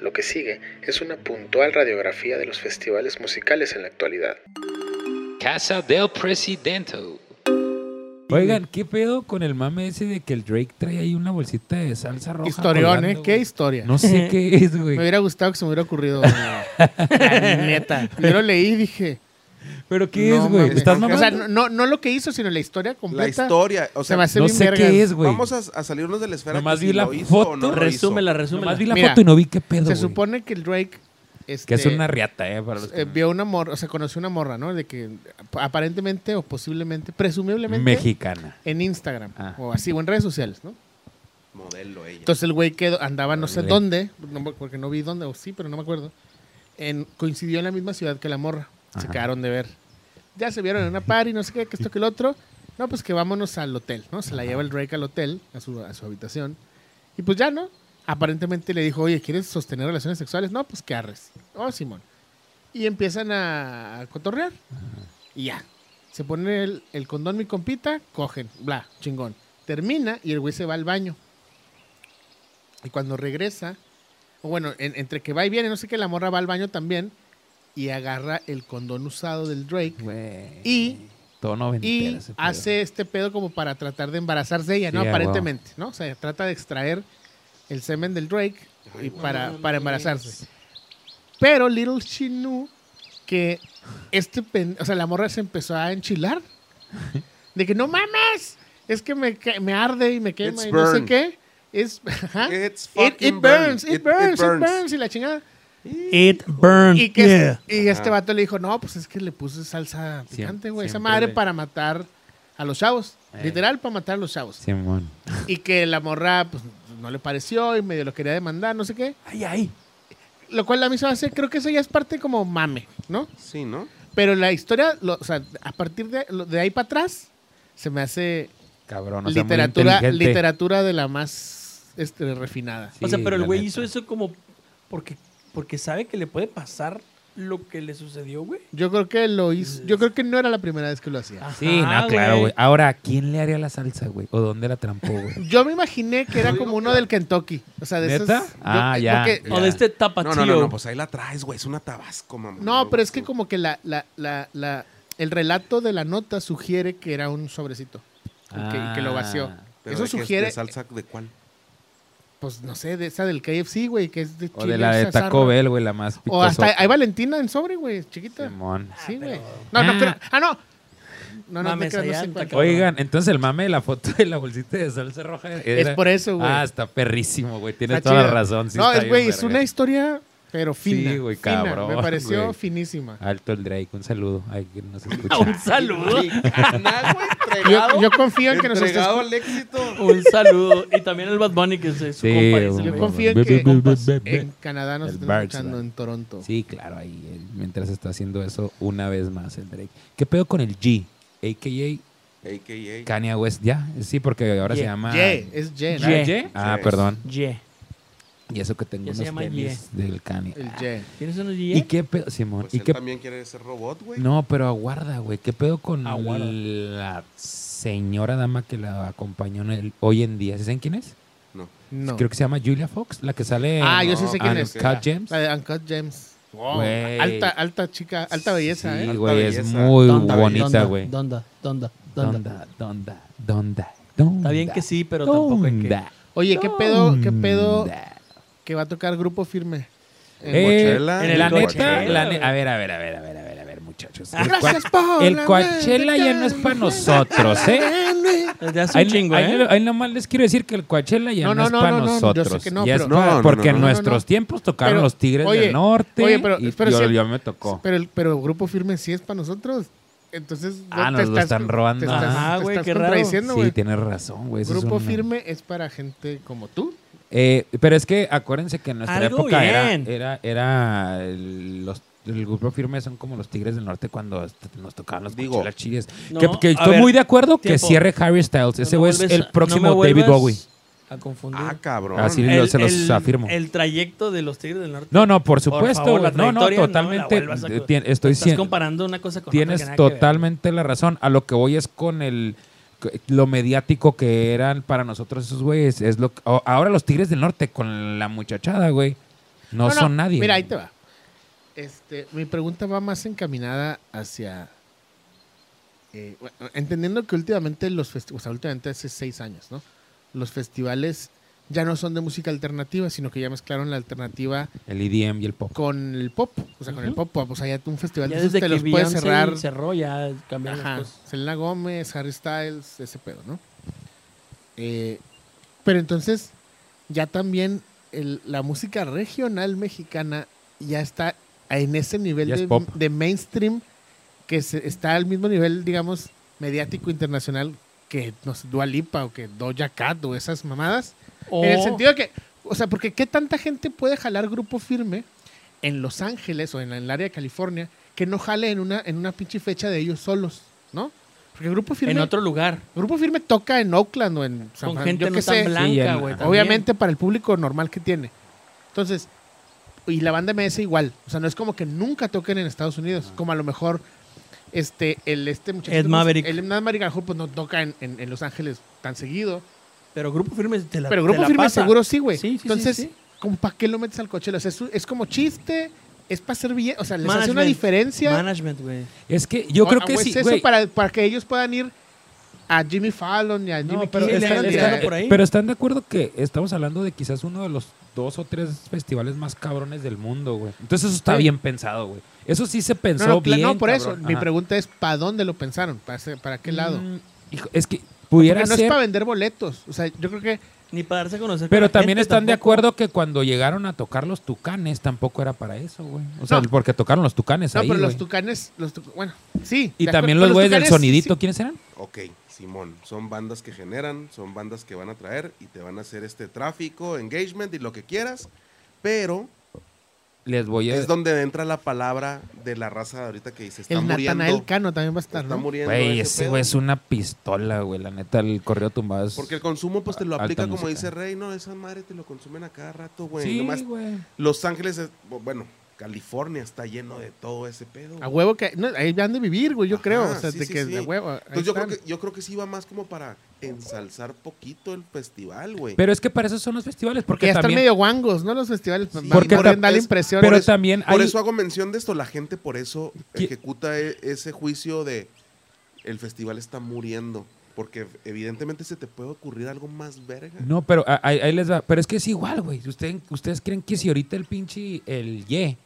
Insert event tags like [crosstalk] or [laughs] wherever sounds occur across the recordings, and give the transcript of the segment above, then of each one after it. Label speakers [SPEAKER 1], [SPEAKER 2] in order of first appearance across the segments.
[SPEAKER 1] Lo que sigue es una puntual radiografía de los festivales musicales en la actualidad.
[SPEAKER 2] Casa del Presidente.
[SPEAKER 3] Oigan, ¿qué pedo con el mame ese de que el Drake trae ahí una bolsita de salsa roja?
[SPEAKER 4] Historión,
[SPEAKER 3] colgando,
[SPEAKER 4] ¿eh? ¿Qué
[SPEAKER 3] güey?
[SPEAKER 4] historia?
[SPEAKER 3] No sé qué es,
[SPEAKER 4] [laughs] Me
[SPEAKER 3] güey.
[SPEAKER 4] hubiera gustado que se me
[SPEAKER 3] [laughs]
[SPEAKER 4] hubiera ocurrido. güey. La neta. Yo lo leí y dije.
[SPEAKER 3] ¿Pero qué
[SPEAKER 4] no
[SPEAKER 3] es, güey?
[SPEAKER 4] mames.
[SPEAKER 3] ¿Me estás
[SPEAKER 4] O sea,
[SPEAKER 3] mamando?
[SPEAKER 4] no, no, no lo que hizo, sino la historia completa.
[SPEAKER 5] La historia, o
[SPEAKER 4] Se
[SPEAKER 5] sea,
[SPEAKER 4] me hace
[SPEAKER 3] No
[SPEAKER 4] bien
[SPEAKER 3] sé
[SPEAKER 4] verga.
[SPEAKER 3] qué es, güey.
[SPEAKER 5] vamos a, a salirnos de la esfera
[SPEAKER 3] Nomás
[SPEAKER 5] que si
[SPEAKER 3] vi la
[SPEAKER 5] lo hizo
[SPEAKER 3] foto.
[SPEAKER 5] o no lo hizo.
[SPEAKER 6] Resúmela, resúmela.
[SPEAKER 3] Nomás vi la
[SPEAKER 4] Mira,
[SPEAKER 3] foto y no vi qué pedo,
[SPEAKER 4] Se
[SPEAKER 3] güey.
[SPEAKER 4] supone que el Drake.
[SPEAKER 3] Que
[SPEAKER 4] Este,
[SPEAKER 3] es una riata, ¿eh? Para los que
[SPEAKER 4] eh,
[SPEAKER 3] no-
[SPEAKER 4] vio una morra, o sea, conoció una morra, ¿no? De que aparentemente o posiblemente, presumiblemente,
[SPEAKER 3] Mexicana.
[SPEAKER 4] en Instagram
[SPEAKER 3] Ah.
[SPEAKER 4] o así, o en redes sociales, ¿no?
[SPEAKER 5] Modelo ella.
[SPEAKER 4] Entonces el güey quedó, andaba no sé
[SPEAKER 3] Órale.
[SPEAKER 4] dónde, no me- porque no vi dónde, o sí, pero no me acuerdo. En, coincidió en la misma ciudad que la morra. Se
[SPEAKER 3] Ajá.
[SPEAKER 4] quedaron de ver. Ya se vieron en una party, no sé qué, que esto, que el otro. No, pues que vámonos al hotel, ¿no? Se la lleva el Drake al hotel, a su, a su habitación. Y pues ya, ¿no? Aparentemente le dijo, oye, ¿quieres sostener relaciones sexuales? No, pues que arres. Oh, Simón. Y empiezan a, a cotorrear. Y ya. Se pone el, el condón, mi compita, cogen, bla, chingón. Termina y el güey se va al baño. Y cuando regresa, o bueno, en- entre que va y viene, no sé qué, la morra va al baño también y agarra el condón usado del Drake
[SPEAKER 3] Güey.
[SPEAKER 4] y,
[SPEAKER 3] Todo noventero
[SPEAKER 4] y
[SPEAKER 3] ese pedo.
[SPEAKER 4] hace este pedo como para tratar de embarazarse ella,
[SPEAKER 3] Sí,
[SPEAKER 4] ¿no?
[SPEAKER 3] ah,
[SPEAKER 4] Aparentemente, ¿no? O sea, trata de extraer el semen del Drake y para, para embarazarse. Pero Little She knew que este pen- o sea, la morra se empezó a enchilar. De que no mames, es que me, ca- me arde y me quema
[SPEAKER 5] It's
[SPEAKER 4] y no sé
[SPEAKER 5] burn.
[SPEAKER 4] qué. Es, ajá.
[SPEAKER 5] It's
[SPEAKER 4] ¿ah? It,
[SPEAKER 5] fucking
[SPEAKER 4] it burns,
[SPEAKER 5] burn.
[SPEAKER 4] it burns, it burns,
[SPEAKER 5] burns.
[SPEAKER 4] y la chingada.
[SPEAKER 6] It burned.
[SPEAKER 4] Y, que
[SPEAKER 6] yeah.
[SPEAKER 4] y este vato le dijo, no, pues es que le puse salsa picante, güey. Esa
[SPEAKER 3] siempre
[SPEAKER 4] madre
[SPEAKER 3] le-
[SPEAKER 4] para matar a los chavos.
[SPEAKER 3] Eh.
[SPEAKER 4] Literal, para matar a los chavos.
[SPEAKER 3] Simón.
[SPEAKER 4] Y que la morra, pues, no le pareció y medio lo quería demandar, no sé qué.
[SPEAKER 3] Ay, ay.
[SPEAKER 4] Lo cual a mí se me hace, creo que eso ya es parte como mame, ¿no?
[SPEAKER 5] Sí, ¿no?
[SPEAKER 4] Pero la historia, lo- o sea, a partir de, lo- de ahí para atrás, se me hace
[SPEAKER 3] Cabrón, o sea, muy
[SPEAKER 4] literatura,
[SPEAKER 3] inteligente.
[SPEAKER 4] literatura de la más este, refinada.
[SPEAKER 3] Sí,
[SPEAKER 6] O sea, pero el
[SPEAKER 3] la
[SPEAKER 6] güey
[SPEAKER 3] neta.
[SPEAKER 6] hizo eso como porque, porque sabe que le puede pasar lo que le sucedió, güey.
[SPEAKER 4] Yo creo que lo hizo, yo creo que no era la primera vez que lo hacía.
[SPEAKER 3] Sí,
[SPEAKER 6] Ajá,
[SPEAKER 3] no, claro, güey. Ahora, ¿quién le haría la salsa, güey? ¿O dónde la trampó,
[SPEAKER 4] [laughs]
[SPEAKER 3] güey?
[SPEAKER 4] Yo me imaginé que era como uno del Kentucky. O sea, de
[SPEAKER 3] ¿Neta?
[SPEAKER 4] esos. yo-
[SPEAKER 3] Ah,
[SPEAKER 4] eh,
[SPEAKER 3] ya.
[SPEAKER 4] porque-
[SPEAKER 6] O de este
[SPEAKER 3] Ah,
[SPEAKER 6] tapatío.
[SPEAKER 5] No, no, no, no, pues ahí la traes, güey. Es una tabasco, mamá.
[SPEAKER 4] no, pero es que como que la, la, la, la- el relato de la nota sugiere que era un sobrecito. Y que, y que lo vació.
[SPEAKER 3] Ah.
[SPEAKER 5] Pero
[SPEAKER 4] Eso
[SPEAKER 5] de qué-
[SPEAKER 4] sugiere,
[SPEAKER 5] ¿De salsa de cuál?
[SPEAKER 4] pues no sé, de esa del KFC, güey, que es de
[SPEAKER 3] O
[SPEAKER 4] chile,
[SPEAKER 3] de la de
[SPEAKER 4] esa zarra.
[SPEAKER 3] Taco Bell, güey, la más
[SPEAKER 4] O hasta
[SPEAKER 3] picosota.
[SPEAKER 4] hay Valentina en sobre, güey, chiquita.
[SPEAKER 3] Simón.
[SPEAKER 4] Sí, güey. No, no,
[SPEAKER 3] Ah. [laughs]
[SPEAKER 4] creo. Ah, no. No, no,
[SPEAKER 6] Mames,
[SPEAKER 4] te creas, no
[SPEAKER 6] allá
[SPEAKER 4] se
[SPEAKER 6] en
[SPEAKER 4] encuentra.
[SPEAKER 3] Oigan, entonces el mame de la foto de la bolsita de salsa roja era-
[SPEAKER 4] Es por eso, güey.
[SPEAKER 3] Ah, está perrísimo, güey. Tienes
[SPEAKER 4] Está
[SPEAKER 3] toda la
[SPEAKER 4] chida.
[SPEAKER 3] razón. sí
[SPEAKER 4] no,
[SPEAKER 3] está
[SPEAKER 4] es, güey,
[SPEAKER 3] bien
[SPEAKER 4] es
[SPEAKER 3] verga.
[SPEAKER 4] una historia, pero fina.
[SPEAKER 3] Sí, güey,
[SPEAKER 4] fina.
[SPEAKER 3] cabrón,
[SPEAKER 4] Me pareció
[SPEAKER 3] güey.
[SPEAKER 4] finísima.
[SPEAKER 3] Alto el Drake, un saludo a quien
[SPEAKER 4] [laughs]
[SPEAKER 3] nos escucha.
[SPEAKER 6] [laughs] Un saludo.
[SPEAKER 5] Canal, güey,
[SPEAKER 4] Yo,
[SPEAKER 5] entregado.
[SPEAKER 4] yo confío en que nos estés
[SPEAKER 5] entregado al éxito.
[SPEAKER 6] Un saludo. Y también el Bad Bunny que se su
[SPEAKER 3] Sí,
[SPEAKER 6] compa, ese,
[SPEAKER 3] güey.
[SPEAKER 4] Yo
[SPEAKER 6] güey.
[SPEAKER 4] confío
[SPEAKER 3] Ve,
[SPEAKER 4] en
[SPEAKER 3] ve,
[SPEAKER 4] que
[SPEAKER 3] ve,
[SPEAKER 4] compas
[SPEAKER 3] ve, ve.
[SPEAKER 4] en Canadá nos
[SPEAKER 3] El
[SPEAKER 4] estén
[SPEAKER 3] Barks,
[SPEAKER 4] escuchando
[SPEAKER 3] ¿verdad?
[SPEAKER 4] en Toronto.
[SPEAKER 3] Sí, claro, ahí él, mientras está haciendo eso una vez más el Drake. ¿Qué pedo con el G? AKA
[SPEAKER 5] AKA.
[SPEAKER 3] Kanye West, ya. Sí, porque ahora
[SPEAKER 6] Ye.
[SPEAKER 3] se llama.
[SPEAKER 4] Ye, es Ye, ¿no?
[SPEAKER 6] Ye.
[SPEAKER 3] Ah,
[SPEAKER 5] Yes.
[SPEAKER 3] perdón.
[SPEAKER 6] Yeah.
[SPEAKER 3] Y eso que tengo
[SPEAKER 6] Ya se
[SPEAKER 3] unos
[SPEAKER 6] llama Ah.
[SPEAKER 3] tenis del Kanye.
[SPEAKER 4] El Ye.
[SPEAKER 6] ¿Tienes unos
[SPEAKER 3] ¿Y
[SPEAKER 6] yeah?
[SPEAKER 3] qué pedo, Simón?
[SPEAKER 5] Pues
[SPEAKER 3] ¿Y
[SPEAKER 5] él
[SPEAKER 3] qué
[SPEAKER 5] también quiere ser robot, güey.
[SPEAKER 3] No, pero aguarda, güey. ¿Qué pedo con
[SPEAKER 6] Aguarda.
[SPEAKER 3] la señora dama que la acompañó en el- hoy en día? ¿Sí ¿Saben quién es?
[SPEAKER 5] No.
[SPEAKER 4] No.
[SPEAKER 3] Creo que se llama Julia Fox, la que sale.
[SPEAKER 4] Ah, yo
[SPEAKER 3] en
[SPEAKER 4] sí sé quién
[SPEAKER 3] Uncut
[SPEAKER 4] es.
[SPEAKER 5] Ah,
[SPEAKER 3] Gems.
[SPEAKER 4] La de Uncut James. Wow.
[SPEAKER 3] Güey.
[SPEAKER 4] Alta, alta chica, alta belleza,
[SPEAKER 3] sí,
[SPEAKER 4] ¿eh?
[SPEAKER 5] Alta
[SPEAKER 3] güey, es
[SPEAKER 5] belleza.
[SPEAKER 3] muy
[SPEAKER 6] Donda,
[SPEAKER 3] bonita, güey.
[SPEAKER 6] Donda, donda, donda.
[SPEAKER 3] Donda, donda, donda, donda.
[SPEAKER 6] Está bien que sí, pero tampoco hay que...
[SPEAKER 3] donda,
[SPEAKER 4] Oye, ¿qué pedo, qué pedo
[SPEAKER 3] donda.
[SPEAKER 4] que va a tocar grupo firme? En
[SPEAKER 3] Eh,
[SPEAKER 5] Coachella,
[SPEAKER 6] en el
[SPEAKER 3] la neta,
[SPEAKER 6] Coachella,
[SPEAKER 3] la ne-
[SPEAKER 6] güey.
[SPEAKER 3] a ver, a ver, a ver, a ver, a ver, a ver, muchachos. El
[SPEAKER 4] Ah, Gracias
[SPEAKER 3] Coa-
[SPEAKER 4] por
[SPEAKER 3] El
[SPEAKER 4] la
[SPEAKER 3] Coachella ya no es para nosotros, ¿eh?
[SPEAKER 6] Desde hace
[SPEAKER 3] Ahí,
[SPEAKER 6] un chingo,
[SPEAKER 3] ahí-
[SPEAKER 6] ¿eh?
[SPEAKER 3] ahí nomás les quiero decir que el Coachella ya
[SPEAKER 4] No,
[SPEAKER 3] no,
[SPEAKER 4] no,
[SPEAKER 3] es
[SPEAKER 4] no,
[SPEAKER 3] para
[SPEAKER 4] no, no, yo sé
[SPEAKER 3] nosotros.
[SPEAKER 4] que no,
[SPEAKER 3] ya es
[SPEAKER 4] pero-
[SPEAKER 3] pa-
[SPEAKER 5] No, no,
[SPEAKER 3] porque
[SPEAKER 5] no,
[SPEAKER 3] en
[SPEAKER 5] no,
[SPEAKER 3] nuestros
[SPEAKER 4] no.
[SPEAKER 3] tiempos tocaron
[SPEAKER 4] Pero-
[SPEAKER 3] los Tigres
[SPEAKER 4] oye,
[SPEAKER 3] del Norte.
[SPEAKER 4] oye, pero-
[SPEAKER 3] y
[SPEAKER 4] pero
[SPEAKER 3] yo,
[SPEAKER 4] si-
[SPEAKER 3] yo me tocó.
[SPEAKER 4] Pero, el- pero grupo firme sí es para nosotros. Entonces,
[SPEAKER 3] Ah, nos lo están robando. Ah,
[SPEAKER 6] Ajá, güey, qué raro.
[SPEAKER 4] contradiciendo,
[SPEAKER 3] sí,
[SPEAKER 4] güey.
[SPEAKER 3] tienes razón, güey. eso es
[SPEAKER 4] grupo
[SPEAKER 3] una-
[SPEAKER 4] firme es para gente como tú.
[SPEAKER 3] Eh, pero es que acuérdense que en nuestra
[SPEAKER 6] Algo
[SPEAKER 3] época era,
[SPEAKER 6] bien.
[SPEAKER 3] era, era el, los, el grupo firme son como los Tigres del Norte cuando est- nos tocaban los
[SPEAKER 5] Digo.
[SPEAKER 3] Coachella chiles.
[SPEAKER 6] No,
[SPEAKER 3] que, que
[SPEAKER 6] a
[SPEAKER 3] estoy
[SPEAKER 6] ver,
[SPEAKER 3] muy de acuerdo que
[SPEAKER 6] tiempo.
[SPEAKER 3] cierre Harry Styles.
[SPEAKER 6] No
[SPEAKER 3] Ese
[SPEAKER 6] me
[SPEAKER 3] güey es
[SPEAKER 6] vuelves a-
[SPEAKER 3] el
[SPEAKER 6] no
[SPEAKER 3] próximo
[SPEAKER 6] me vuelvas
[SPEAKER 3] David Bowie.
[SPEAKER 6] A confundir.
[SPEAKER 5] Ah, cabrón.
[SPEAKER 3] Así lo- se los afirmo.
[SPEAKER 6] El trayecto de los Tigres del Norte.
[SPEAKER 3] No, no, por
[SPEAKER 6] Por
[SPEAKER 3] supuesto.
[SPEAKER 6] favor, la
[SPEAKER 3] güey. no, no,
[SPEAKER 6] trayectoria no la
[SPEAKER 3] totalmente.
[SPEAKER 6] vuelvas a-
[SPEAKER 3] tien- estoy
[SPEAKER 6] Estás
[SPEAKER 3] siendo
[SPEAKER 6] comparando una cosa con otra.
[SPEAKER 3] Tienes
[SPEAKER 6] que nada que ver.
[SPEAKER 3] totalmente la razón. A lo que voy es con el lo mediático que eran para nosotros esos güeyes. Es lo que- o- ahora los Tigres del Norte con la muchachada, güey. No, son nadie.
[SPEAKER 4] Mira, ahí te va. Este, mi pregunta va más encaminada hacia. eh, bueno, entendiendo que últimamente los festivales, o sea, últimamente hace seis años, ¿no? Los festivales ya no son de música alternativa, sino que ya mezclaron la alternativa
[SPEAKER 3] El EDM y el pop.
[SPEAKER 4] con el pop. O sea, con el pop. O sea, ya un festival
[SPEAKER 6] Ya
[SPEAKER 4] de esos
[SPEAKER 6] desde
[SPEAKER 4] te
[SPEAKER 6] que
[SPEAKER 4] los puedes
[SPEAKER 6] Beyoncé
[SPEAKER 4] cerrar.
[SPEAKER 6] cerró, ya cambiaron
[SPEAKER 4] Ajá,
[SPEAKER 6] las cosas.
[SPEAKER 4] Selena Gómez, Harry Styles, ese pedo, ¿no? Eh, pero entonces, ya también el- la música regional mexicana ya está en ese nivel
[SPEAKER 3] Ya es
[SPEAKER 4] de,
[SPEAKER 3] pop.
[SPEAKER 4] de mainstream que se- está al mismo nivel, digamos, mediático internacional que, no sé, Dua Lipa o que Doja Cat o esas mamadas.
[SPEAKER 6] O-
[SPEAKER 4] En el sentido de que, o sea, porque ¿qué tanta gente puede jalar grupo firme en Los Ángeles o en, el área de California que no jale en una, en una pinche fecha de ellos solos, ¿no? Porque grupo firme,
[SPEAKER 6] en otro lugar.
[SPEAKER 4] grupo firme toca en Oakland o en San
[SPEAKER 6] Con
[SPEAKER 4] Fran-
[SPEAKER 6] gente
[SPEAKER 4] yo
[SPEAKER 6] no
[SPEAKER 4] qué sé.
[SPEAKER 6] tan
[SPEAKER 3] Sí,
[SPEAKER 6] blanca,
[SPEAKER 3] en-
[SPEAKER 6] güey. también.
[SPEAKER 4] Obviamente para el público normal que tiene. Entonces, y la banda MS igual. O sea, no es como que nunca toquen en Estados Unidos. Como a lo mejor este, el este muchacho.
[SPEAKER 6] Ed
[SPEAKER 4] ¿cómo se-
[SPEAKER 6] Maverick.
[SPEAKER 4] El Ed Maverick a lo mejor, pues, no toca en, en- en Los Ángeles tan seguido.
[SPEAKER 6] Pero Grupo Firme te la
[SPEAKER 4] Pero
[SPEAKER 6] te
[SPEAKER 4] Grupo
[SPEAKER 6] la
[SPEAKER 4] Firme
[SPEAKER 6] pasa.
[SPEAKER 4] seguro sí, güey.
[SPEAKER 6] Sí, sí, sí,
[SPEAKER 4] Entonces,
[SPEAKER 6] sí.
[SPEAKER 4] como para qué lo metes al coche? O sea, es, un- es como chiste, es para hacer billetes. O sea, les hace una
[SPEAKER 6] Management.
[SPEAKER 4] diferencia.
[SPEAKER 6] Management, güey.
[SPEAKER 3] Es que yo
[SPEAKER 4] O-
[SPEAKER 3] creo
[SPEAKER 4] o
[SPEAKER 3] que
[SPEAKER 4] es
[SPEAKER 3] sí,
[SPEAKER 4] eso
[SPEAKER 3] güey.
[SPEAKER 4] para, para que ellos puedan ir a Jimmy Fallon y a Jimmy
[SPEAKER 3] No, pero,
[SPEAKER 4] Kimmel,
[SPEAKER 6] están-
[SPEAKER 4] y a-
[SPEAKER 6] están por ahí.
[SPEAKER 3] pero están de acuerdo que estamos hablando de quizás uno de los dos o tres festivales más cabrones del mundo, güey. Entonces eso está
[SPEAKER 4] Sí.
[SPEAKER 3] bien pensado, güey. Eso sí se pensó
[SPEAKER 4] No, no, cla-
[SPEAKER 3] bien.
[SPEAKER 4] no, por eso.
[SPEAKER 3] cabrón.
[SPEAKER 4] Mi
[SPEAKER 3] Ajá.
[SPEAKER 4] pregunta es, ¿para dónde lo pensaron? ¿Para, ese- para qué lado?
[SPEAKER 3] Mm, hijo, es que
[SPEAKER 4] Porque
[SPEAKER 3] pudiera
[SPEAKER 4] no
[SPEAKER 3] ser.
[SPEAKER 4] es para vender boletos. O sea, yo creo que...
[SPEAKER 6] Ni para darse a
[SPEAKER 4] Pues
[SPEAKER 6] conocer. con
[SPEAKER 3] Pero
[SPEAKER 6] la
[SPEAKER 3] también
[SPEAKER 6] gente
[SPEAKER 3] están de
[SPEAKER 6] tampoco.
[SPEAKER 3] acuerdo que cuando llegaron a tocar los tucanes tampoco era para eso, güey. O sea,
[SPEAKER 4] No.
[SPEAKER 3] porque tocaron los tucanes
[SPEAKER 4] no,
[SPEAKER 3] ahí,
[SPEAKER 4] pero los
[SPEAKER 3] güey.
[SPEAKER 4] tucanes... Los tuc- Bueno, sí.
[SPEAKER 3] Y
[SPEAKER 4] de
[SPEAKER 3] también
[SPEAKER 4] acuerdo,
[SPEAKER 3] los
[SPEAKER 4] pero
[SPEAKER 3] güeyes del
[SPEAKER 4] tucanes,
[SPEAKER 3] sonidito,
[SPEAKER 4] sí.
[SPEAKER 3] ¿quiénes eran?
[SPEAKER 5] Ok, Simón, son bandas que generan, son bandas que van a traer y te van a hacer este tráfico, engagement y lo que quieras, pero
[SPEAKER 3] Les voy a...
[SPEAKER 5] es donde entra la palabra de la raza de ahorita que dice, está
[SPEAKER 4] El
[SPEAKER 5] muriendo,
[SPEAKER 4] Natanael Cano también va a estar,
[SPEAKER 5] está
[SPEAKER 4] ¿no?
[SPEAKER 5] muriendo.
[SPEAKER 3] Güey,
[SPEAKER 5] ese
[SPEAKER 3] ese
[SPEAKER 5] pedo".
[SPEAKER 3] güey es una pistola, güey. La neta, el correo tumbado es...
[SPEAKER 5] Porque el consumo pues te lo
[SPEAKER 3] Alta
[SPEAKER 5] aplica como
[SPEAKER 3] música.
[SPEAKER 5] dice Rey, no, esa madre te lo consumen a cada rato, güey. Nomás
[SPEAKER 3] Sí, güey.
[SPEAKER 5] Los Ángeles, es- bu- bueno, California está lleno de todo ese pedo. güey.
[SPEAKER 4] A huevo que... no, ahí han de vivir, güey, yo
[SPEAKER 5] Ajá,
[SPEAKER 4] creo. O sea,
[SPEAKER 5] sí,
[SPEAKER 4] de
[SPEAKER 5] sí,
[SPEAKER 4] que
[SPEAKER 5] sí.
[SPEAKER 4] de huevo. ahí
[SPEAKER 5] Entonces yo creo,
[SPEAKER 4] están.
[SPEAKER 5] que, yo creo que sí va más como para ensalzar poquito el festival, güey.
[SPEAKER 3] Pero es que para eso son los festivales,
[SPEAKER 4] Que
[SPEAKER 3] porque
[SPEAKER 4] ya están
[SPEAKER 3] también...
[SPEAKER 4] medio guangos, ¿no? Los festivales.
[SPEAKER 5] Sí,
[SPEAKER 4] porque
[SPEAKER 3] porque
[SPEAKER 4] pueden
[SPEAKER 5] tam-
[SPEAKER 4] dar la
[SPEAKER 5] es-
[SPEAKER 4] impresión...
[SPEAKER 3] Pero
[SPEAKER 5] eso-
[SPEAKER 3] también
[SPEAKER 5] Por
[SPEAKER 3] hay-
[SPEAKER 5] eso hago mención de esto, la gente por eso
[SPEAKER 3] ¿Qué?
[SPEAKER 5] ejecuta e- ese juicio de el festival está muriendo, porque evidentemente se te puede ocurrir algo más verga.
[SPEAKER 3] No, pero a- ahí, ahí les va. Pero es que es igual, güey. Si Ustedes, ustedes creen que si ahorita el pinche, el Ye,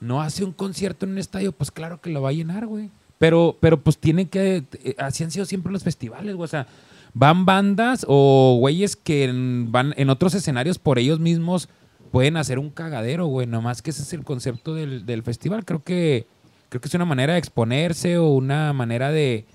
[SPEAKER 3] no hace un concierto en un estadio, pues claro que lo va a llenar, güey. Pero, pero pues tienen que, eh, así han sido siempre los festivales, güey. O sea, van bandas o güeyes que en- van en otros escenarios por ellos mismos pueden hacer un cagadero, güey. Nomás que ese es el concepto del, del festival. Creo que, creo que es una manera de exponerse o una manera de,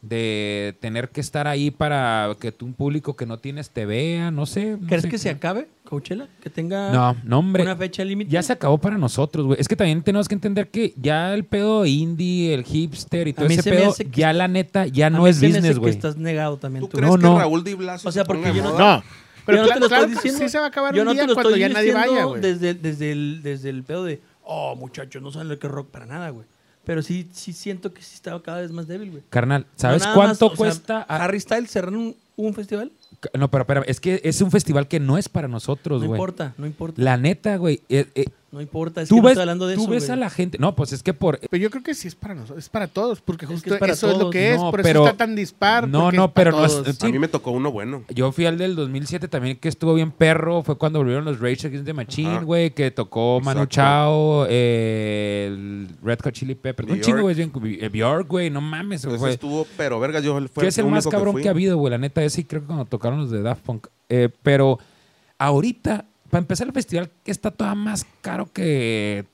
[SPEAKER 3] de tener que estar ahí para que tú, un público que no tienes te vea, no sé. no
[SPEAKER 6] ¿Crees
[SPEAKER 3] sé.
[SPEAKER 6] que se acabe, Coachella? Que tenga
[SPEAKER 3] No, no, hombre.
[SPEAKER 6] una fecha límite.
[SPEAKER 3] Ya se acabó para nosotros, güey. Es que también tenemos que entender que ya el pedo indie, el hipster y todo
[SPEAKER 6] mí
[SPEAKER 3] ese
[SPEAKER 6] se me
[SPEAKER 3] pedo,
[SPEAKER 6] hace que-
[SPEAKER 3] ya la neta, ya
[SPEAKER 6] A
[SPEAKER 3] no
[SPEAKER 6] mí
[SPEAKER 3] es
[SPEAKER 6] se me hace
[SPEAKER 3] business,
[SPEAKER 6] que
[SPEAKER 3] güey.
[SPEAKER 6] Estás negado también.
[SPEAKER 5] ¿Tú
[SPEAKER 6] Tú,
[SPEAKER 5] crees
[SPEAKER 3] No, no.
[SPEAKER 5] que Raúl Di Blasio
[SPEAKER 6] O sea,
[SPEAKER 5] se ponga
[SPEAKER 6] porque
[SPEAKER 5] de
[SPEAKER 6] yo no-
[SPEAKER 5] moda?
[SPEAKER 4] No. Pero
[SPEAKER 6] Yo no te
[SPEAKER 4] claro,
[SPEAKER 6] lo estoy
[SPEAKER 4] claro que
[SPEAKER 6] diciendo.
[SPEAKER 4] sí se va a acabar
[SPEAKER 6] Yo
[SPEAKER 4] un
[SPEAKER 6] no
[SPEAKER 4] día
[SPEAKER 6] te lo
[SPEAKER 4] cuando
[SPEAKER 6] estoy
[SPEAKER 4] ya nadie
[SPEAKER 6] diciendo
[SPEAKER 4] vaya, güey.
[SPEAKER 6] Desde, desde, el, desde el pedo de, oh, muchachos, no saben lo que es rock para nada, güey. Pero sí, sí siento que sí estaba cada vez más débil, güey.
[SPEAKER 3] Carnal, ¿sabes
[SPEAKER 6] No, nada
[SPEAKER 3] cuánto
[SPEAKER 6] más, o sea,
[SPEAKER 3] cuesta? a-
[SPEAKER 6] Harry Styles cerrar un, un festival?
[SPEAKER 3] No, pero espérame, es que es un festival que no es para
[SPEAKER 6] No
[SPEAKER 3] nosotros, güey.
[SPEAKER 6] importa, no importa.
[SPEAKER 3] La neta, güey. eh, eh,
[SPEAKER 6] No importa, es que
[SPEAKER 3] tú
[SPEAKER 6] no
[SPEAKER 3] ves,
[SPEAKER 6] estoy hablando de
[SPEAKER 3] tú
[SPEAKER 6] eso,
[SPEAKER 3] ves
[SPEAKER 6] güey.
[SPEAKER 3] a la gente. No, pues es que por.
[SPEAKER 4] Pero yo creo que sí es para nosotros, es para todos, porque
[SPEAKER 6] que es
[SPEAKER 4] justo
[SPEAKER 6] para
[SPEAKER 4] eso es lo
[SPEAKER 6] todos.
[SPEAKER 4] que es,
[SPEAKER 3] No,
[SPEAKER 4] por
[SPEAKER 3] pero-
[SPEAKER 4] eso está tan dispar.
[SPEAKER 3] No,
[SPEAKER 4] porque
[SPEAKER 3] no,
[SPEAKER 4] es para
[SPEAKER 3] pero no es-
[SPEAKER 4] todos.
[SPEAKER 5] A
[SPEAKER 3] Sí.
[SPEAKER 5] mí me tocó uno bueno.
[SPEAKER 3] Yo fui al del 2007 también, que estuvo bien perro. Fue cuando volvieron los Rage Against the Machine,
[SPEAKER 5] Ajá.
[SPEAKER 3] güey, que tocó Manu
[SPEAKER 5] Exacto.
[SPEAKER 3] Chao, eh, el Red Hot Chili Peppers. Un
[SPEAKER 5] Bjork.
[SPEAKER 3] chingo, güey. bien- eh, Bjork, güey, no mames.
[SPEAKER 5] Ese
[SPEAKER 3] güey.
[SPEAKER 5] estuvo, pero verga, yo fue
[SPEAKER 3] que es el más
[SPEAKER 5] único
[SPEAKER 3] cabrón que,
[SPEAKER 5] fui.
[SPEAKER 3] ha habido, güey, la neta. Ese creo que cuando tocaron los de Daft Punk. Eh, pero ahorita, para empezar el festival, que está todavía más caro que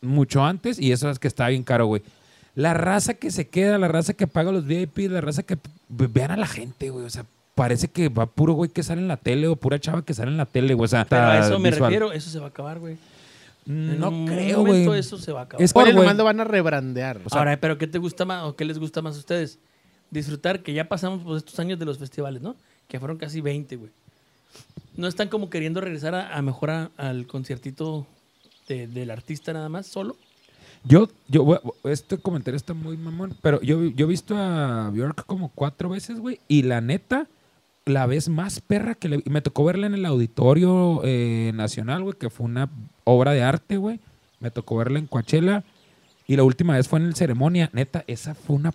[SPEAKER 3] mucho antes, y eso es que está bien caro, güey. La raza que se queda, la raza que paga los VIP, la raza que... ve- Vean a la gente, güey, o sea... Parece que va puro güey que sale en la tele o pura chava que sale en la tele, güey. O sea,
[SPEAKER 6] Pero a
[SPEAKER 3] está
[SPEAKER 6] eso me
[SPEAKER 3] visual.
[SPEAKER 6] refiero, eso se va a acabar, güey. En
[SPEAKER 3] No
[SPEAKER 6] un
[SPEAKER 3] creo,
[SPEAKER 6] momento
[SPEAKER 3] güey.
[SPEAKER 6] eso se va a acabar.
[SPEAKER 3] Es
[SPEAKER 4] Por
[SPEAKER 3] que,
[SPEAKER 4] el
[SPEAKER 3] güey,
[SPEAKER 4] mando van a rebrandear.
[SPEAKER 3] o sea-
[SPEAKER 6] Ahora, ¿pero qué te gusta más o qué les gusta más a ustedes? Disfrutar, que ya pasamos pues, estos años de los festivales, ¿no? Que fueron casi 20, güey. ¿No están como queriendo regresar a, a mejor a- al conciertito de- del artista nada más, solo?
[SPEAKER 3] Yo, yo, voy a- este comentario está muy mamón, pero yo, yo he visto a Bjork como cuatro veces, güey, y la neta, la vez más perra que le vi. Me tocó verla en el Auditorio eh, Nacional, güey, que fue una obra de arte, güey. Me tocó verla en Coachella. Y la última vez fue en el ceremonia. Neta, esa fue una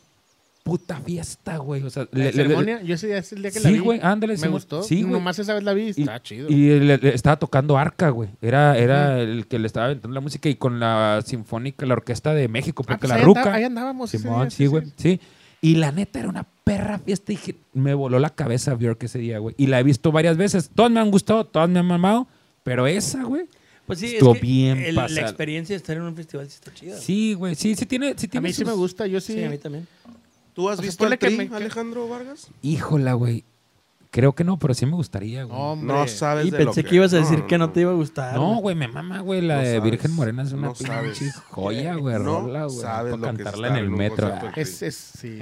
[SPEAKER 3] puta fiesta, güey. O sea,
[SPEAKER 4] La
[SPEAKER 3] le- le- le-
[SPEAKER 4] ceremonia, yo ese día es el día que la
[SPEAKER 3] Sí,
[SPEAKER 4] vi.
[SPEAKER 3] güey, ándale,
[SPEAKER 4] Me
[SPEAKER 3] Simón.
[SPEAKER 4] gustó.
[SPEAKER 3] Sí, güey.
[SPEAKER 4] Nomás esa vez la vi,
[SPEAKER 3] y,
[SPEAKER 4] está chido. Ah,
[SPEAKER 3] y le- le estaba tocando arca, güey. Era, era el que le estaba aventando la música y con la sinfónica, la orquesta de México,
[SPEAKER 4] Ah,
[SPEAKER 3] porque
[SPEAKER 4] pues
[SPEAKER 3] la
[SPEAKER 4] ahí,
[SPEAKER 3] ruca.
[SPEAKER 4] anda- ahí andábamos. ese
[SPEAKER 3] Simón,
[SPEAKER 4] día,
[SPEAKER 3] sí, güey. Sí. Y la neta era una perra fiesta. Y dije, me voló la cabeza Bjork ese día, güey. Y la he visto varias veces. Todas me han gustado, todas me han mamado. Pero esa, güey.
[SPEAKER 6] Pues sí, es
[SPEAKER 3] Estuvo
[SPEAKER 6] que
[SPEAKER 3] bien
[SPEAKER 6] el-
[SPEAKER 3] pasado.
[SPEAKER 6] la experiencia de estar en un festival sí está chida.
[SPEAKER 3] Sí, güey. Sí, sí tiene. Sí
[SPEAKER 4] A
[SPEAKER 3] tiene
[SPEAKER 4] mí sí
[SPEAKER 3] sus-
[SPEAKER 4] me gusta, yo sí.
[SPEAKER 6] Sí, a mí también.
[SPEAKER 5] ¿Tú has
[SPEAKER 4] sea,
[SPEAKER 5] visto
[SPEAKER 4] ponle
[SPEAKER 5] el
[SPEAKER 4] que
[SPEAKER 5] tri,
[SPEAKER 4] me- que-
[SPEAKER 5] Alejandro Vargas?
[SPEAKER 3] Híjola, güey. Creo que no, pero sí me gustaría, güey. No,
[SPEAKER 4] Hombre.
[SPEAKER 5] No sabes
[SPEAKER 6] Y
[SPEAKER 5] de lo
[SPEAKER 6] pensé que ibas a
[SPEAKER 5] no,
[SPEAKER 6] decir
[SPEAKER 5] no,
[SPEAKER 6] que no
[SPEAKER 5] no.
[SPEAKER 6] te iba a gustar. güey.
[SPEAKER 3] güey, me mama, güey. La
[SPEAKER 5] No
[SPEAKER 3] de
[SPEAKER 5] sabes.
[SPEAKER 3] Virgen Morena es una
[SPEAKER 5] No
[SPEAKER 3] pinche
[SPEAKER 5] sabes.
[SPEAKER 3] joya, güey.
[SPEAKER 5] No
[SPEAKER 3] rola, güey.
[SPEAKER 5] sabes
[SPEAKER 3] Para
[SPEAKER 5] lo que es
[SPEAKER 3] cantarla en
[SPEAKER 5] estar
[SPEAKER 3] el
[SPEAKER 5] en un
[SPEAKER 3] metro.
[SPEAKER 5] concierto de
[SPEAKER 3] ah.
[SPEAKER 4] Es, es, sí.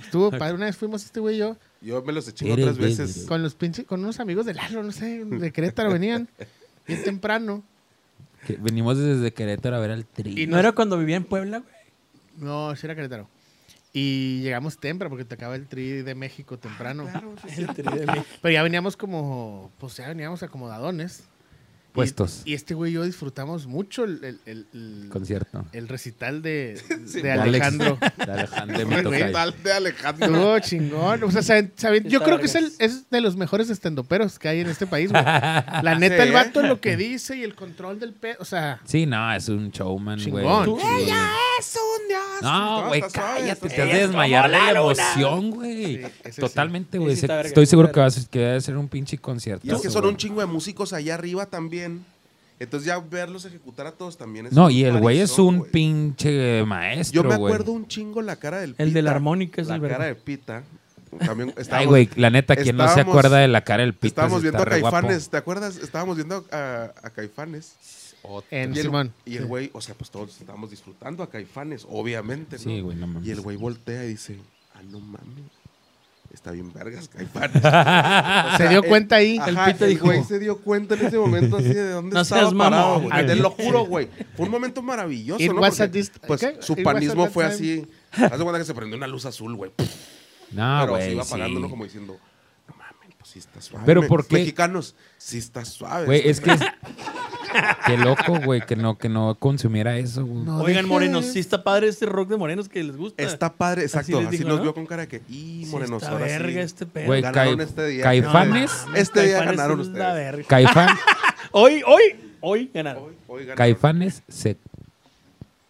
[SPEAKER 4] Estuvo padre. Una vez fuimos este güey y yo
[SPEAKER 5] Yo me los eché
[SPEAKER 3] Eres
[SPEAKER 5] otras
[SPEAKER 3] débil.
[SPEAKER 5] veces.
[SPEAKER 4] con los pinches, con unos amigos de Lalo, no sé, de Querétaro venían. Bien temprano.
[SPEAKER 3] Que venimos desde Querétaro a ver al tri.
[SPEAKER 4] Y
[SPEAKER 6] ¿No era cuando vivía en Puebla,
[SPEAKER 5] [laughs]
[SPEAKER 6] güey?
[SPEAKER 4] No, sí era Querétaro. Y llegamos temprano porque tocaba el tri de México temprano.
[SPEAKER 5] Ah,
[SPEAKER 6] El Tri de México.
[SPEAKER 4] Pero ya veníamos como, pues ya veníamos acomodadones. Y-
[SPEAKER 3] Puestos.
[SPEAKER 4] Y, este güey y yo disfrutamos mucho el, el- el- el-
[SPEAKER 3] Concierto.
[SPEAKER 4] el recital de, de
[SPEAKER 3] De Alex-
[SPEAKER 4] Alejandro.
[SPEAKER 5] [laughs]
[SPEAKER 3] De Alejandro de mi
[SPEAKER 4] [laughs] Güey,
[SPEAKER 3] tocayo.
[SPEAKER 5] Total de Alejandro.
[SPEAKER 4] Estuvo chingón. O sea, saben- saben- yo
[SPEAKER 6] Está
[SPEAKER 4] creo que es, el,
[SPEAKER 6] vergas.
[SPEAKER 4] es de los mejores estendoperos que hay en este país,
[SPEAKER 3] [laughs]
[SPEAKER 4] güey. La neta,
[SPEAKER 5] Sí,
[SPEAKER 4] el
[SPEAKER 5] ¿eh?
[SPEAKER 4] vato lo que dice y el control del pe... O sea,
[SPEAKER 3] Sí, no, es un showman, güey.
[SPEAKER 4] Chingón.
[SPEAKER 3] Tú-
[SPEAKER 5] es un dios.
[SPEAKER 3] No, güey, cállate, te has de
[SPEAKER 6] Es
[SPEAKER 3] desmayar de
[SPEAKER 6] como
[SPEAKER 3] la
[SPEAKER 6] la luna.
[SPEAKER 3] emoción, güey.
[SPEAKER 4] Sí, ese sí.
[SPEAKER 3] Totalmente, güey.
[SPEAKER 6] Ese está
[SPEAKER 3] Se-
[SPEAKER 6] verga,
[SPEAKER 3] Estoy
[SPEAKER 6] está
[SPEAKER 3] seguro que va,
[SPEAKER 6] verga.
[SPEAKER 3] a ser, que va a ser un pinche concierto.
[SPEAKER 5] Y es que son
[SPEAKER 3] güey.
[SPEAKER 5] un chingo de músicos allá arriba también. Entonces ya verlos ejecutar a todos también es
[SPEAKER 3] No,
[SPEAKER 5] un
[SPEAKER 3] y el güey es
[SPEAKER 5] parizón,
[SPEAKER 3] un
[SPEAKER 5] güey.
[SPEAKER 3] pinche
[SPEAKER 5] Yo
[SPEAKER 3] maestro,
[SPEAKER 5] me
[SPEAKER 3] güey.
[SPEAKER 5] acuerdo un chingo la cara del Pita.
[SPEAKER 6] El de la armónica es
[SPEAKER 5] La
[SPEAKER 6] el
[SPEAKER 5] cara
[SPEAKER 6] verga.
[SPEAKER 5] de Pita. También
[SPEAKER 3] Ay,
[SPEAKER 5] estábamos-
[SPEAKER 3] güey, la neta, quien no se
[SPEAKER 5] estábamos-
[SPEAKER 3] acuerda de la cara del pito.
[SPEAKER 5] Estábamos
[SPEAKER 3] si está
[SPEAKER 5] viendo a
[SPEAKER 3] re guapo?
[SPEAKER 5] Caifanes, ¿te acuerdas? Estábamos viendo a, a Caifanes.
[SPEAKER 4] en
[SPEAKER 5] Y el,
[SPEAKER 4] Simón.
[SPEAKER 5] y el güey, o sea, pues todos estábamos disfrutando a Caifanes, obviamente, ¿no?
[SPEAKER 3] Sí, güey, no mames.
[SPEAKER 5] Y el güey voltea y dice, ah, no mames, está bien
[SPEAKER 4] [laughs]
[SPEAKER 5] vergas, Caifanes. O sea,
[SPEAKER 4] Se dio cuenta ahí.
[SPEAKER 5] ajá,
[SPEAKER 6] El pita dijo.
[SPEAKER 5] güey se dio cuenta en ese momento así de dónde
[SPEAKER 6] No
[SPEAKER 5] estaba
[SPEAKER 6] seas mamón.
[SPEAKER 5] parado, güey.
[SPEAKER 4] Ah,
[SPEAKER 5] Te
[SPEAKER 4] sí.
[SPEAKER 5] lo juro, güey. Fue un momento maravilloso,
[SPEAKER 4] It
[SPEAKER 5] ¿no?
[SPEAKER 4] was
[SPEAKER 5] Porque,
[SPEAKER 4] at this-
[SPEAKER 5] pues
[SPEAKER 4] ¿qué?
[SPEAKER 5] su
[SPEAKER 4] It was at
[SPEAKER 5] panismo
[SPEAKER 4] that
[SPEAKER 5] fue
[SPEAKER 4] time.
[SPEAKER 5] así. Haz de cuenta que se prendió una luz azul, güey.
[SPEAKER 3] No,
[SPEAKER 5] pero se
[SPEAKER 3] Ah, güey,
[SPEAKER 5] iba
[SPEAKER 3] sí.
[SPEAKER 5] apagando, ¿no? Como diciendo, no mames, pues sí está suave.
[SPEAKER 3] Pero
[SPEAKER 5] me-
[SPEAKER 3] ¿por qué?
[SPEAKER 5] Mexicanos, sí está suave.
[SPEAKER 3] Güey,
[SPEAKER 5] está
[SPEAKER 3] es que...
[SPEAKER 5] [laughs]
[SPEAKER 3] Qué loco, güey, que no, que no consumiera eso, güey.
[SPEAKER 4] No,
[SPEAKER 6] Oigan,
[SPEAKER 4] deje-
[SPEAKER 6] morenos, sí está padre este rock de morenos que les gusta.
[SPEAKER 5] Está padre, exacto.
[SPEAKER 6] les
[SPEAKER 5] Así,
[SPEAKER 6] dijo,
[SPEAKER 5] nos
[SPEAKER 6] ¿no?
[SPEAKER 5] vio con cara de que, y
[SPEAKER 6] Sí
[SPEAKER 5] morenos,
[SPEAKER 6] está
[SPEAKER 5] ahora
[SPEAKER 6] verga
[SPEAKER 5] sí.
[SPEAKER 6] este pedo.
[SPEAKER 3] Güey,
[SPEAKER 5] Ganaron
[SPEAKER 3] Cai-
[SPEAKER 5] este día.
[SPEAKER 3] Caifanes,
[SPEAKER 5] mames. Este día
[SPEAKER 6] Caifanes
[SPEAKER 5] ganaron
[SPEAKER 6] es la
[SPEAKER 5] ustedes.
[SPEAKER 6] verga.
[SPEAKER 3] Caifán,
[SPEAKER 6] Hoy, hoy, hoy ganaron.
[SPEAKER 5] Hoy- hoy ganaron.
[SPEAKER 3] Caifanes se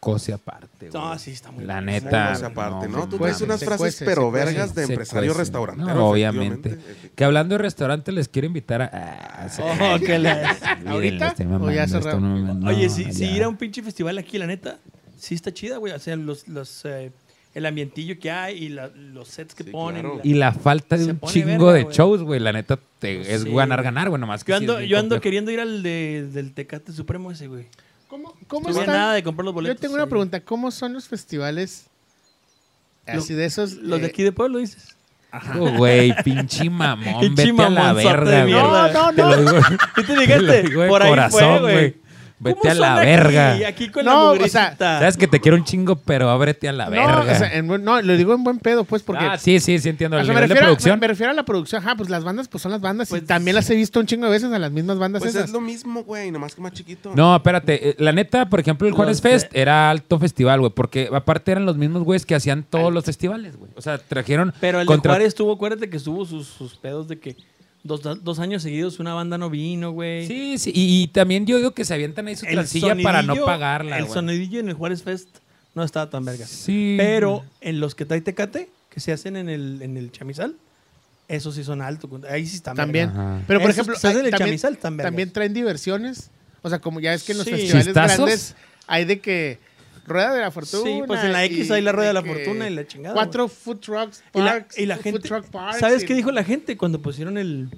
[SPEAKER 3] cose aparte, güey.
[SPEAKER 6] No, sí, está muy
[SPEAKER 3] La
[SPEAKER 6] bien.
[SPEAKER 3] neta.
[SPEAKER 5] Muy aparte, ¿no? Tú
[SPEAKER 4] Pues,
[SPEAKER 5] traes unas
[SPEAKER 4] se
[SPEAKER 5] frases,
[SPEAKER 4] cuece,
[SPEAKER 5] pero
[SPEAKER 4] se cuece.
[SPEAKER 5] vergas de
[SPEAKER 3] Se
[SPEAKER 5] empresario
[SPEAKER 3] cuecen.
[SPEAKER 5] restaurantero.
[SPEAKER 3] No, obviamente.
[SPEAKER 5] efectivamente.
[SPEAKER 3] Que hablando de restaurantes, les quiero invitar a. Ah, sí.
[SPEAKER 6] Oh, que la-
[SPEAKER 3] Miren,
[SPEAKER 4] ¿Ahorita?
[SPEAKER 3] le estoy mamando,
[SPEAKER 4] ¿O ya
[SPEAKER 3] le estoy
[SPEAKER 4] cerraron?
[SPEAKER 3] mamando.
[SPEAKER 6] Oye,
[SPEAKER 3] No,
[SPEAKER 6] si, si
[SPEAKER 3] ya.
[SPEAKER 6] ir a un pinche festival aquí, la neta, sí está chida, güey. O sea, los, los, eh, el ambientillo que hay y la- los sets que
[SPEAKER 5] Sí,
[SPEAKER 6] ponen.
[SPEAKER 5] claro.
[SPEAKER 3] Y
[SPEAKER 6] y la-
[SPEAKER 3] la falta de
[SPEAKER 6] Se
[SPEAKER 3] un
[SPEAKER 6] pone
[SPEAKER 3] chingo
[SPEAKER 6] verga,
[SPEAKER 3] de
[SPEAKER 6] güey. Pues
[SPEAKER 3] shows, güey. La neta te- es
[SPEAKER 6] Sí.
[SPEAKER 3] ganar, ganar, güey. Nomás que
[SPEAKER 6] Yo
[SPEAKER 3] sí
[SPEAKER 6] ando,
[SPEAKER 3] es bien
[SPEAKER 6] yo ando
[SPEAKER 3] complejo.
[SPEAKER 6] queriendo ir al de- del Tecate Supremo ese, güey.
[SPEAKER 4] ¿Cómo, cómo
[SPEAKER 6] No había
[SPEAKER 4] están?
[SPEAKER 6] nada de comprar los boletos.
[SPEAKER 4] Yo tengo una
[SPEAKER 6] ahí.
[SPEAKER 4] pregunta. ¿Cómo son los festivales así de esos?
[SPEAKER 6] Los de
[SPEAKER 4] eh,
[SPEAKER 6] aquí de
[SPEAKER 3] [laughs]
[SPEAKER 6] Pueblo, dices.
[SPEAKER 3] Oh, Güey, pinche mamón.
[SPEAKER 6] Pinche
[SPEAKER 3] vete a la
[SPEAKER 6] mamonzote de
[SPEAKER 3] verga,
[SPEAKER 6] mierda.
[SPEAKER 3] güey.
[SPEAKER 4] No, no,
[SPEAKER 3] Te lo
[SPEAKER 4] no.
[SPEAKER 6] [laughs]
[SPEAKER 3] digo,
[SPEAKER 6] ¿Qué te
[SPEAKER 3] te lo
[SPEAKER 6] dijiste?
[SPEAKER 3] digo de
[SPEAKER 6] Por ahí fue,
[SPEAKER 3] corazón,
[SPEAKER 6] güey.
[SPEAKER 3] Vete
[SPEAKER 6] ¿Cómo
[SPEAKER 3] a la
[SPEAKER 6] son aquí?
[SPEAKER 3] verga.
[SPEAKER 6] Aquí con
[SPEAKER 4] No,
[SPEAKER 6] la
[SPEAKER 4] o sea,
[SPEAKER 6] mugrecita.
[SPEAKER 3] Sabes que te quiero un chingo, pero ábrete a la
[SPEAKER 4] eh, No,
[SPEAKER 3] verga.
[SPEAKER 4] o
[SPEAKER 6] eh,
[SPEAKER 4] sea, en buen- no, lo digo en buen pedo, pues, porque...
[SPEAKER 3] ah, sí, sí, sí, entiendo.
[SPEAKER 4] o
[SPEAKER 3] El
[SPEAKER 4] sea, me,
[SPEAKER 3] nivel de
[SPEAKER 4] refiero, a-
[SPEAKER 3] producción.
[SPEAKER 4] me- me refiero a la producción. Ajá, pues las bandas, pues son las bandas. y
[SPEAKER 6] Pues-
[SPEAKER 4] también las he visto un chingo de veces a las mismas bandas
[SPEAKER 5] Pues
[SPEAKER 4] esas.
[SPEAKER 5] es lo mismo, güey, nomás que más chiquito.
[SPEAKER 3] No, espérate. eh, La neta, por ejemplo, el
[SPEAKER 6] No
[SPEAKER 3] Juárez
[SPEAKER 6] sé.
[SPEAKER 3] Fest era alto festival, güey. Porque aparte eran los mismos güeyes que hacían todos los festivales, güey. O sea, trajeron.
[SPEAKER 6] Pero el
[SPEAKER 3] contra-
[SPEAKER 6] de Juárez tuvo, acuérdate que estuvo sus, sus pedos de que dos, dos años seguidos una banda no vino, güey.
[SPEAKER 3] Sí, sí. Y, y también yo digo que se avientan ahí su transilla para no
[SPEAKER 6] sonidillo-
[SPEAKER 3] pagarla,
[SPEAKER 6] El
[SPEAKER 3] güey.
[SPEAKER 6] sonidillo en el Juárez Fest no estaba tan verga.
[SPEAKER 3] Sí.
[SPEAKER 6] Pero en los que trae Tecate, que se hacen en el, en el chamizal, esos sí son altos. Ahí sí están
[SPEAKER 4] También.
[SPEAKER 6] vergas.
[SPEAKER 3] Ajá.
[SPEAKER 4] Pero, por
[SPEAKER 6] Esos
[SPEAKER 4] ejemplo,
[SPEAKER 6] que se hacen
[SPEAKER 4] hay-
[SPEAKER 6] en el
[SPEAKER 4] también,
[SPEAKER 6] chamizal están vergas.
[SPEAKER 4] también traen diversiones. O sea, como ya es que en los
[SPEAKER 6] Sí.
[SPEAKER 4] festivales
[SPEAKER 3] ¿Chistazos?
[SPEAKER 4] grandes hay de que rueda de la fortuna.
[SPEAKER 6] Sí, pues en la X
[SPEAKER 4] y
[SPEAKER 6] hay la rueda de la
[SPEAKER 4] que
[SPEAKER 6] fortuna y la chingada,
[SPEAKER 4] Cuatro food trucks,
[SPEAKER 6] Y la,
[SPEAKER 4] parks,
[SPEAKER 6] y la
[SPEAKER 4] food
[SPEAKER 6] gente.
[SPEAKER 4] truck parks
[SPEAKER 6] ¿Sabes
[SPEAKER 4] y-
[SPEAKER 6] qué dijo la gente cuando pusieron el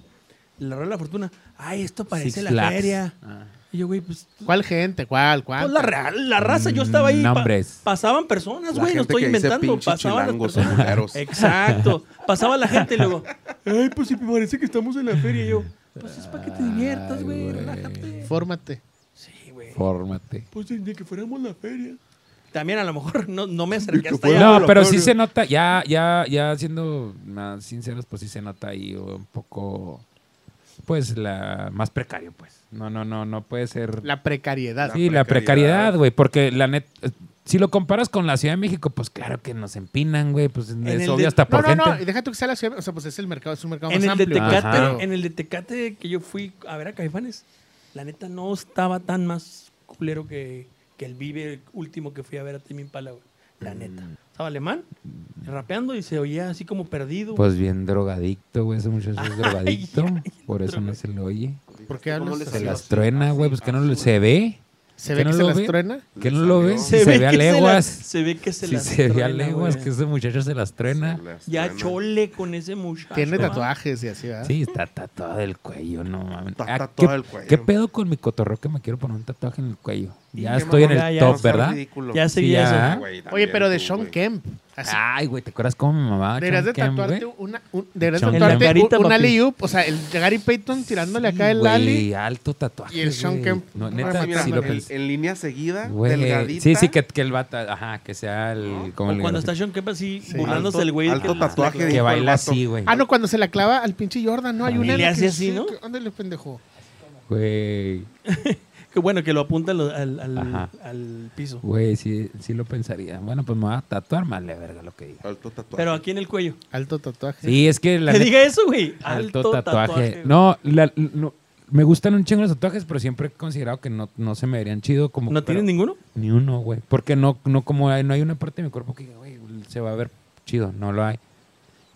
[SPEAKER 6] la rueda de la fortuna? Ay, esto parece
[SPEAKER 3] Six
[SPEAKER 6] la
[SPEAKER 3] Flags.
[SPEAKER 6] feria.
[SPEAKER 3] Ah.
[SPEAKER 6] Y yo, güey, pues.
[SPEAKER 4] ¿Cuál gente? ¿Cuál? ¿Cuál?
[SPEAKER 6] pues, la, real- la raza, yo estaba ahí.
[SPEAKER 3] Mm,
[SPEAKER 6] pa-
[SPEAKER 3] nombres.
[SPEAKER 6] pasaban personas,
[SPEAKER 5] La
[SPEAKER 6] güey, no
[SPEAKER 5] gente
[SPEAKER 6] estoy
[SPEAKER 5] que dice
[SPEAKER 6] inventando.
[SPEAKER 5] pinche
[SPEAKER 6] Pasaban las
[SPEAKER 5] chilangos,
[SPEAKER 6] personas. [laughs]
[SPEAKER 5] culeros.
[SPEAKER 6] Exacto. Pasaba la gente y luego, ay, pues sí, me parece que estamos en la feria. Y yo, pues es para que te diviertas, güey,
[SPEAKER 3] güey.
[SPEAKER 6] relájate.
[SPEAKER 4] Fórmate.
[SPEAKER 6] Sí, güey.
[SPEAKER 3] Fórmate.
[SPEAKER 6] Pues de que fuéramos la feria. También a lo mejor no, no me acerqué hasta allá.
[SPEAKER 3] No, pero sí se nota, ya, ya, ya siendo más sinceros, pues sí se nota ahí un poco, pues la más precario, pues. No, no, no, no puede ser.
[SPEAKER 4] La precariedad.
[SPEAKER 3] sí, la
[SPEAKER 5] precariedad.
[SPEAKER 3] precariedad, güey, porque la neta, si lo comparas con la Ciudad de México, pues claro que nos empinan, güey, pues es
[SPEAKER 6] el
[SPEAKER 3] obvio
[SPEAKER 6] de-
[SPEAKER 3] hasta
[SPEAKER 4] No,
[SPEAKER 3] por
[SPEAKER 4] no,
[SPEAKER 3] gente.
[SPEAKER 4] no, y deja tú que sea la ciudad, o sea, pues es el mercado, es un mercado
[SPEAKER 6] en
[SPEAKER 4] más
[SPEAKER 6] el, de
[SPEAKER 4] amplio. güey,
[SPEAKER 6] Tecate,
[SPEAKER 4] pero-
[SPEAKER 6] en el de Tecate que yo fui a ver a Caifanes, la neta no estaba tan más culero que, que el Vive último que fui a ver a Timmy Impala, güey.
[SPEAKER 3] Mm.
[SPEAKER 6] La neta. Estaba alemán, rapeando y se oía así como perdido.
[SPEAKER 3] Pues bien drogadicto, güey, ese muchacho es drogadicto,
[SPEAKER 6] ay,
[SPEAKER 3] por eso no se lo oye.
[SPEAKER 5] Pues
[SPEAKER 4] ¿Por qué
[SPEAKER 5] ¿Cómo
[SPEAKER 4] hablas
[SPEAKER 5] les
[SPEAKER 4] así?
[SPEAKER 3] Se
[SPEAKER 5] salió?
[SPEAKER 3] las truena, güey, pues que no lo, se ve,
[SPEAKER 4] ¿Se
[SPEAKER 3] ¿Que
[SPEAKER 4] ve
[SPEAKER 3] no
[SPEAKER 4] que se
[SPEAKER 3] lo
[SPEAKER 4] las
[SPEAKER 3] ve?
[SPEAKER 4] truena?
[SPEAKER 3] que no lo ve,
[SPEAKER 5] Se
[SPEAKER 3] Si se ve a
[SPEAKER 6] que se las-
[SPEAKER 3] leguas.
[SPEAKER 6] Se ve que se
[SPEAKER 3] Si
[SPEAKER 6] las
[SPEAKER 3] se ve a
[SPEAKER 6] truena,
[SPEAKER 3] leguas
[SPEAKER 6] güey.
[SPEAKER 3] que ese muchacho se las truena.
[SPEAKER 5] Las
[SPEAKER 6] Ya
[SPEAKER 5] truenan.
[SPEAKER 6] chole con ese muchacho.
[SPEAKER 4] Tiene
[SPEAKER 6] ¿va?
[SPEAKER 4] tatuajes y así, ¿verdad?
[SPEAKER 3] Sí, está tatuado del cuello, no mames.
[SPEAKER 5] Está
[SPEAKER 3] Ah,
[SPEAKER 5] tatuado
[SPEAKER 3] ¿qué-
[SPEAKER 5] del cuello.
[SPEAKER 3] ¿Qué pedo con mi cotorro que me quiero poner un tatuaje en el cuello?
[SPEAKER 6] Y
[SPEAKER 3] Ya
[SPEAKER 6] qué
[SPEAKER 3] estoy en
[SPEAKER 6] mamón,
[SPEAKER 3] el
[SPEAKER 6] ya, ya,
[SPEAKER 3] top,
[SPEAKER 6] no
[SPEAKER 5] Está
[SPEAKER 3] ¿verdad?
[SPEAKER 5] ridículo.
[SPEAKER 6] Ya
[SPEAKER 3] Sí,
[SPEAKER 6] seguía
[SPEAKER 3] ya.
[SPEAKER 6] eso.
[SPEAKER 5] Güey, también
[SPEAKER 4] Oye, pero de
[SPEAKER 5] tú,
[SPEAKER 4] Sean
[SPEAKER 5] güey.
[SPEAKER 4] Kemp. Así.
[SPEAKER 6] Ah,
[SPEAKER 3] Ay, güey, ¿te acuerdas cómo mi mamá?
[SPEAKER 4] Deberías de tatuarte una, un, deberías de
[SPEAKER 3] Sean
[SPEAKER 4] tatuarte
[SPEAKER 6] Kemp.
[SPEAKER 4] un, un
[SPEAKER 6] Papi.
[SPEAKER 4] alley-oop, o sea, el Gary Payton tirándole acá el alley.
[SPEAKER 3] Y alto tatuaje.
[SPEAKER 4] y el Sean
[SPEAKER 3] güey.
[SPEAKER 4] Kemp
[SPEAKER 3] No,
[SPEAKER 5] Ah,
[SPEAKER 3] neta,
[SPEAKER 5] mira,
[SPEAKER 3] sí
[SPEAKER 4] rematando
[SPEAKER 3] lo
[SPEAKER 5] en-
[SPEAKER 3] pensé.
[SPEAKER 5] En línea seguida,
[SPEAKER 3] Güey,
[SPEAKER 5] delgadita.
[SPEAKER 3] Sí, sí, que, que el bata, ajá, que sea el. Como
[SPEAKER 6] O
[SPEAKER 3] el grafito.
[SPEAKER 6] cuando está Sean Kepa así
[SPEAKER 4] Sí.
[SPEAKER 6] burlándose
[SPEAKER 5] Alto-
[SPEAKER 6] del güey.
[SPEAKER 5] alto
[SPEAKER 6] que-
[SPEAKER 5] tatuaje de-
[SPEAKER 3] Que
[SPEAKER 5] dijo el
[SPEAKER 3] baila
[SPEAKER 5] vato.
[SPEAKER 3] así, güey.
[SPEAKER 4] Ah, no, cuando se la clava al pinche Jordan, ¿no? Hay
[SPEAKER 3] Y
[SPEAKER 4] una. en
[SPEAKER 6] le
[SPEAKER 4] la
[SPEAKER 6] hace
[SPEAKER 4] que
[SPEAKER 6] así,
[SPEAKER 4] sí,
[SPEAKER 6] ¿no?
[SPEAKER 4] que- Ándale, pendejo.
[SPEAKER 3] Güey,
[SPEAKER 6] Que bueno, que lo apunta al, al- al-
[SPEAKER 3] Ajá.
[SPEAKER 6] al piso.
[SPEAKER 3] güey, sí, sí lo pensaría. Bueno, pues me va a tatuar, más le verga lo que diga.
[SPEAKER 5] Alto tatuaje.
[SPEAKER 6] Pero aquí en el cuello.
[SPEAKER 4] Alto tatuaje.
[SPEAKER 3] Sí, es que la
[SPEAKER 6] [laughs] Que
[SPEAKER 3] neta-
[SPEAKER 6] diga eso, güey.
[SPEAKER 3] Alto, tatuaje. No, la- no, me gustan un chingo los tatuajes, pero siempre he considerado que no, no se me verían chido como.
[SPEAKER 6] ¿No
[SPEAKER 3] pero-
[SPEAKER 6] tienes ninguno?
[SPEAKER 3] Ni uno, güey. Porque no, no, como hay, no hay una parte de mi cuerpo que diga, güey, se va a ver chido. No lo hay.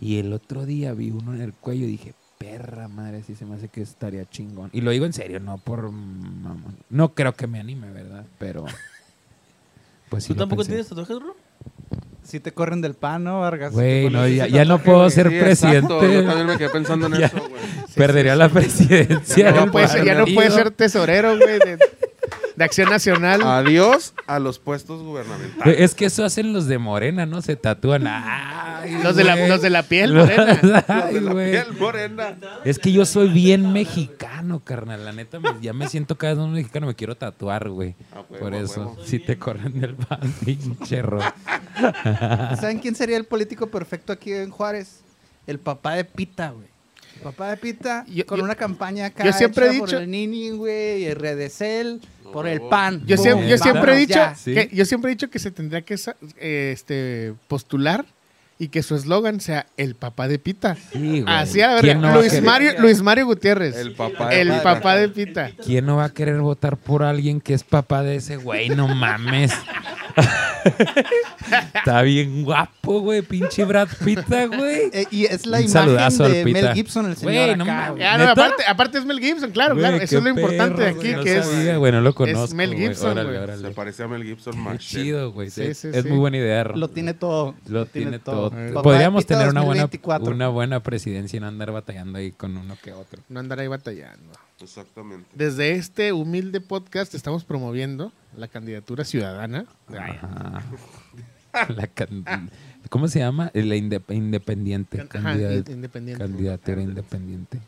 [SPEAKER 3] Y el otro día vi uno en el cuello y dije, perra madre, sí se me hace que estaría chingón. Y lo digo en serio, no por mamón. No creo que me anime, ¿verdad? Pero. Pues sí
[SPEAKER 6] ¿Tú
[SPEAKER 3] lo
[SPEAKER 6] tampoco
[SPEAKER 3] pensé.
[SPEAKER 6] tienes tatuajes, bro?
[SPEAKER 7] Si te corren del pan, ¿no, Vargas? Si
[SPEAKER 3] Güey,
[SPEAKER 7] te
[SPEAKER 3] no,
[SPEAKER 7] pones
[SPEAKER 3] ya,
[SPEAKER 7] ese
[SPEAKER 3] ya no
[SPEAKER 7] tatuaje,
[SPEAKER 3] puedo
[SPEAKER 7] güey.
[SPEAKER 3] ser
[SPEAKER 5] Sí,
[SPEAKER 3] presidente.
[SPEAKER 5] exacto, Yo también me quedé pensando en
[SPEAKER 3] [laughs] Ya.
[SPEAKER 5] eso, güey.
[SPEAKER 3] Perdería la presidencia.
[SPEAKER 5] Ya
[SPEAKER 4] Ya
[SPEAKER 5] no
[SPEAKER 4] no puede ser, ya no puede ser tesorero, güey,
[SPEAKER 6] [laughs]
[SPEAKER 4] de, de Acción Nacional.
[SPEAKER 5] Adiós a los puestos gubernamentales.
[SPEAKER 3] Güey, Es que eso hacen los de Morena, ¿no? Se tatúan. Ay,
[SPEAKER 4] los, de la,
[SPEAKER 3] güey.
[SPEAKER 4] los
[SPEAKER 6] Ah,
[SPEAKER 4] de la piel,
[SPEAKER 3] Los-
[SPEAKER 4] morena.
[SPEAKER 5] Los
[SPEAKER 3] [laughs] Ay,
[SPEAKER 5] de la
[SPEAKER 3] güey.
[SPEAKER 5] piel morena.
[SPEAKER 3] Es que yo soy bien mexicano, carnal. La neta, me- ya me siento cada vez más mexicano. Me quiero tatuar, güey.
[SPEAKER 5] Ah, huevo,
[SPEAKER 3] Por
[SPEAKER 5] a
[SPEAKER 3] eso,
[SPEAKER 5] huevo.
[SPEAKER 3] si te corren del pan, [laughs] pinche ro-
[SPEAKER 7] ¿Saben quién sería el político perfecto aquí en Juárez? El papá de Pita, güey. El Papá de Pita
[SPEAKER 4] Yo-
[SPEAKER 7] con
[SPEAKER 4] yo-
[SPEAKER 7] una campaña acá
[SPEAKER 4] yo siempre he
[SPEAKER 7] hecha
[SPEAKER 4] dicho-
[SPEAKER 7] por el Nini, güey, el Redecel, por el
[SPEAKER 5] huevo.
[SPEAKER 7] PAN.
[SPEAKER 4] Yo,
[SPEAKER 7] Pum,
[SPEAKER 4] siem- yo
[SPEAKER 7] vámonos
[SPEAKER 4] siempre he dicho
[SPEAKER 7] ya.
[SPEAKER 3] Sí.
[SPEAKER 4] que yo siempre he dicho que se tendría que sa- eh, este postular y que su eslogan sea el papá de Pita.
[SPEAKER 3] Sí, güey.
[SPEAKER 4] Así a ver,
[SPEAKER 3] ¿Quién no va a
[SPEAKER 4] Luis
[SPEAKER 3] querer-
[SPEAKER 4] Mario Luis Mario Gutiérrez.
[SPEAKER 5] El
[SPEAKER 4] El
[SPEAKER 5] papá
[SPEAKER 4] papá,
[SPEAKER 5] de Pita.
[SPEAKER 4] de Pita.
[SPEAKER 3] ¿Quién no va a querer votar por alguien que es papá de ese güey? No
[SPEAKER 4] [laughs]
[SPEAKER 3] mames. Está bien guapo, güey. Pinche Brad Pita, güey.
[SPEAKER 7] Eh, y es la
[SPEAKER 3] Un
[SPEAKER 7] imagen
[SPEAKER 3] saludazo al
[SPEAKER 7] de
[SPEAKER 3] Pita.
[SPEAKER 7] Mel Gibson, el señor
[SPEAKER 3] Güey,
[SPEAKER 7] acá,
[SPEAKER 3] no mames.
[SPEAKER 7] güey.
[SPEAKER 4] Ah, no,
[SPEAKER 3] ¿Neta?
[SPEAKER 4] aparte, aparte es Mel Gibson, claro,
[SPEAKER 3] Güey,
[SPEAKER 4] claro.
[SPEAKER 3] qué
[SPEAKER 4] Eso es lo importante
[SPEAKER 3] perro,
[SPEAKER 4] de
[SPEAKER 3] güey,
[SPEAKER 4] aquí,
[SPEAKER 3] no
[SPEAKER 4] que es
[SPEAKER 3] sabía, güey, no lo conozco.
[SPEAKER 4] Mel
[SPEAKER 3] güey.
[SPEAKER 4] Gibson,
[SPEAKER 3] Órale,
[SPEAKER 4] güey.
[SPEAKER 3] órale.
[SPEAKER 5] Se parecía a Mel Gibson
[SPEAKER 3] Qué
[SPEAKER 5] más
[SPEAKER 3] chido, güey.
[SPEAKER 4] Sí, sí,
[SPEAKER 3] es
[SPEAKER 4] sí.
[SPEAKER 3] muy buena idea. Ro.
[SPEAKER 7] Lo tiene todo.
[SPEAKER 3] Lo tiene todo.
[SPEAKER 7] Eh,
[SPEAKER 3] T-
[SPEAKER 7] Papá
[SPEAKER 3] Podríamos
[SPEAKER 7] Pita
[SPEAKER 3] tener una buena,
[SPEAKER 7] 2024.
[SPEAKER 3] una buena presidencia y no andar batallando ahí con uno que otro.
[SPEAKER 4] no andar ahí batallando.
[SPEAKER 5] Exactamente.
[SPEAKER 4] Desde este humilde podcast estamos promoviendo la candidatura ciudadana. Ay,
[SPEAKER 3] Ajá. La can- ¿Cómo se llama? La inde- independiente.
[SPEAKER 4] Ajá,
[SPEAKER 3] candida-
[SPEAKER 4] independiente.
[SPEAKER 3] Candidatura independiente.